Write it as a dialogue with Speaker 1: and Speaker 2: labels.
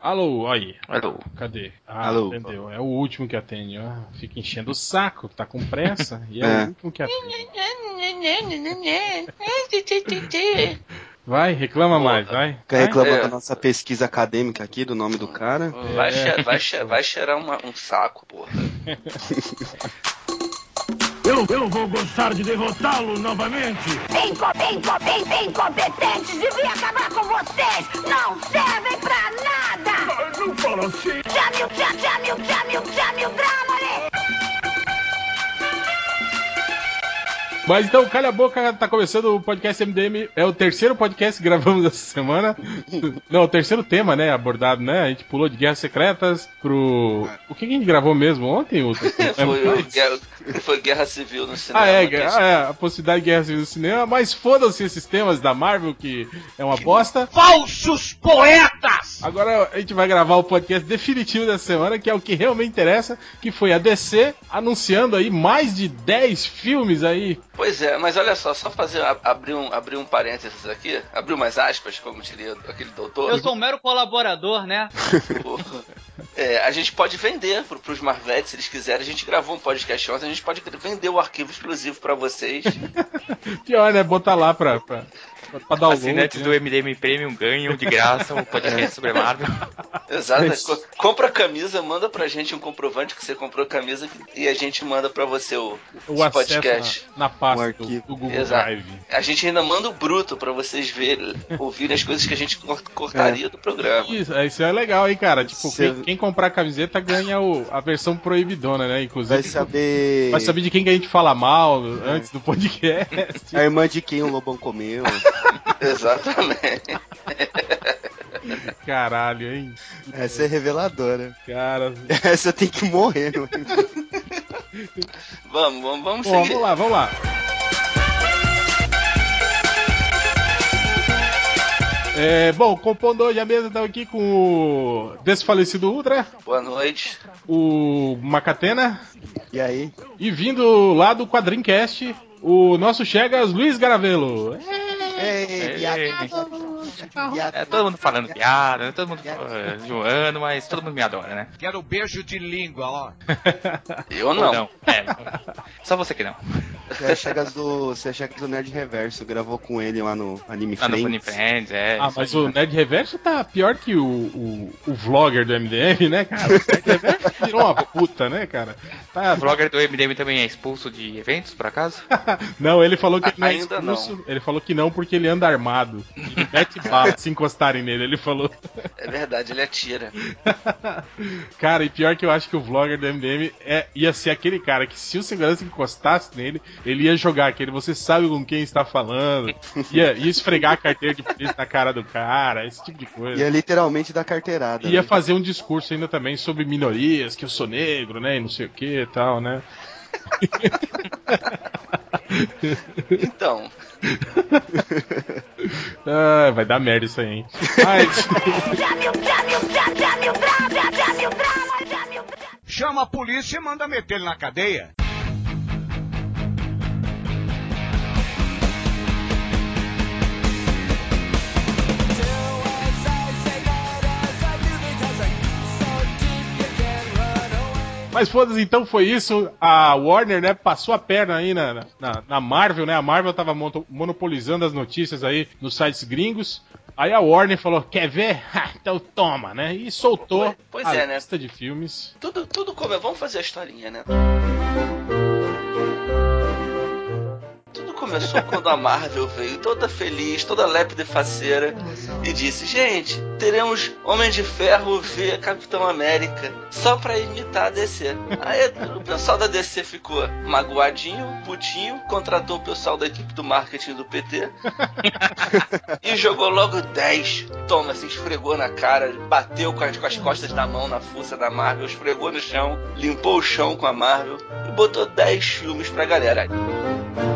Speaker 1: Alô, aí.
Speaker 2: Alô.
Speaker 1: Cadê? Ah,
Speaker 2: Alô.
Speaker 1: entendeu. É o último que atende. ó. Fica enchendo o saco, tá com pressa, e é,
Speaker 2: É.
Speaker 1: o último que atende. Vai, reclama mais, vai.
Speaker 2: Fica reclamando
Speaker 3: É.
Speaker 2: da nossa pesquisa acadêmica aqui, do nome do cara.
Speaker 3: Vai, che- vai, che- vai cheirar uma- um saco, porra.
Speaker 4: Eu, eu vou gostar de derrotá-lo novamente.
Speaker 5: Cinco, cinco, cinco, incompetentes e vim acabar com vocês! Não servem pra nada!
Speaker 4: Ah, Não fala assim.
Speaker 5: Chame o, chame, chame o, chame o, chame o Drámoli!
Speaker 1: Mas então, calha a boca, tá começando o podcast MDM. É o terceiro podcast que gravamos essa semana. Não, o terceiro tema, né? Abordado, né? A gente pulou de Guerras Secretas pro. O que que a gente gravou mesmo ontem, Uta?
Speaker 3: Foi, o guerra, foi guerra civil no cinema.
Speaker 1: É Ah, é,
Speaker 3: que
Speaker 1: ah, é, a possibilidade de guerra civil no cinema, mas foda-se esses temas da Marvel, que é uma bosta. Falsos poetas! Agora a gente vai gravar o podcast definitivo dessa semana, que é o que realmente interessa, que foi a DC anunciando aí mais de 10 filmes aí.
Speaker 3: Pois é, mas olha só, só fazer a- abrir um, abrir um parênteses aqui, abrir umas aspas, como diria aquele doutor. tipo,
Speaker 6: Eu sou um mero colaborador, né?
Speaker 3: É, a gente pode vender pro, pros Marvettes, se eles quiserem. A gente gravou um podcast ontem, a gente pode vender o arquivo exclusivo pra vocês.
Speaker 1: Pior, né? Botar lá pra, pra,
Speaker 3: Assim,
Speaker 1: pra dar o
Speaker 3: né,
Speaker 7: Assinantes do
Speaker 1: né?
Speaker 7: MDM Premium ganham de graça um podcast sobre a Marvel.
Speaker 3: Exato. Co- compra a camisa, manda pra gente um comprovante que você comprou a camisa e a gente manda pra você o,
Speaker 1: o
Speaker 3: esse
Speaker 1: acesso
Speaker 3: podcast.
Speaker 1: na, na
Speaker 2: O
Speaker 1: pasta do,
Speaker 2: Um arquivo.
Speaker 1: do Google
Speaker 3: Exato.
Speaker 1: Drive.
Speaker 3: A gente ainda manda o bruto pra vocês verem, ouvirem as coisas que a gente cor- cortaria do programa.
Speaker 1: Isso, isso é legal, hein, cara? Tipo,
Speaker 2: Cê-
Speaker 1: quem, quem comprar a camiseta ganha o- a versão proibidona, né? Inclusive.
Speaker 2: Vai É. saber,
Speaker 1: Vai saber de quem que a gente fala mal antes do podcast.
Speaker 2: a irmã de quem o Lobão comeu.
Speaker 3: Exatamente.
Speaker 1: Caralho, hein?
Speaker 2: Essa é reveladora.
Speaker 1: Cara.
Speaker 2: Essa tem que morrer. Não é?
Speaker 3: Vamos, vamos,
Speaker 7: É
Speaker 3: vamos
Speaker 1: Bom,
Speaker 3: seguir.
Speaker 1: vamos lá, vamos lá. É, bom, compondo hoje a mesa, estamos aqui com o desfalecido Ultra,
Speaker 3: Boa noite.
Speaker 1: o Macatena
Speaker 2: E aí?
Speaker 1: e vindo lá do Quadrincast, o nosso Chegas Luiz Garavelo. É,
Speaker 2: Ei, viado. Viado.
Speaker 7: É todo mundo falando piada, né? todo mundo eh, zoando, mas todo mundo me adora, né?
Speaker 8: Quero beijo de língua, ó.
Speaker 3: Eu
Speaker 7: Ou
Speaker 3: não.
Speaker 7: Então, É, só você que não.
Speaker 2: Você é Chegas do, você é Chegas do Nerd Reverso, gravou com ele lá no Anime
Speaker 7: Ah, no
Speaker 2: Friends.
Speaker 7: Funny Friends, é.
Speaker 1: Ah,
Speaker 7: isso
Speaker 1: mas
Speaker 7: aí.
Speaker 1: o Nerd Reverso tá pior que o, o, o vlogger do MDM, né, cara? O Nerd Reverso virou uma puta, né, cara? Tá,
Speaker 7: O vlogger do MDM também é expulso de eventos, por acaso?
Speaker 1: Não, ele falou que
Speaker 3: A-
Speaker 1: ele não é
Speaker 3: ainda
Speaker 1: expulso. Ele falou que não porque ele anda armado. Ele mete bala se encostarem nele, ele falou.
Speaker 3: É verdade, ele atira.
Speaker 1: Cara, e pior que eu acho que o vlogger do MDM é, ia ser aquele cara que se o segurança encostasse nele, ele ia jogar aquele, você sabe com quem está falando, ia, ia esfregar a carteira de polícia na cara do cara, esse tipo de coisa.
Speaker 2: E é literalmente da carteirada.
Speaker 1: Ia
Speaker 2: né?
Speaker 1: fazer um discurso ainda também sobre minorias, que eu sou negro, né? E não sei o que e tal, né?
Speaker 3: Então,
Speaker 1: Ah, vai dar merda isso aí, hein? Mas.
Speaker 5: Chame o, chame o, chame, chame o Drámoli! Chame o Drámoli! Chame o Drámoli!
Speaker 8: Chama a polícia e manda meter ele na cadeia.
Speaker 1: Mas foda-se, então foi isso. A Warner, né, passou a perna aí na, na, na Marvel, né? A Marvel tava monto- monopolizando as notícias aí nos sites gringos. Aí a Warner falou: quer ver? Ha, então toma, né? E soltou
Speaker 3: Pois- pois
Speaker 1: a
Speaker 3: é, né?
Speaker 1: lista de filmes.
Speaker 3: tudo, tudo como Vamos fazer a historinha, né? Tudo começou quando a Marvel veio toda feliz, toda lépida e faceira, e disse: Gente, teremos Homem de Ferro ver Capitão América só pra imitar a DC. Aí o pessoal da DC ficou magoadinho, putinho, contratou o pessoal da equipe do marketing do PT e jogou logo 10. Toma, se esfregou na cara, bateu com as, com as costas da mão na força da Marvel, esfregou no chão, limpou o chão com a Marvel e botou 10 filmes pra galera.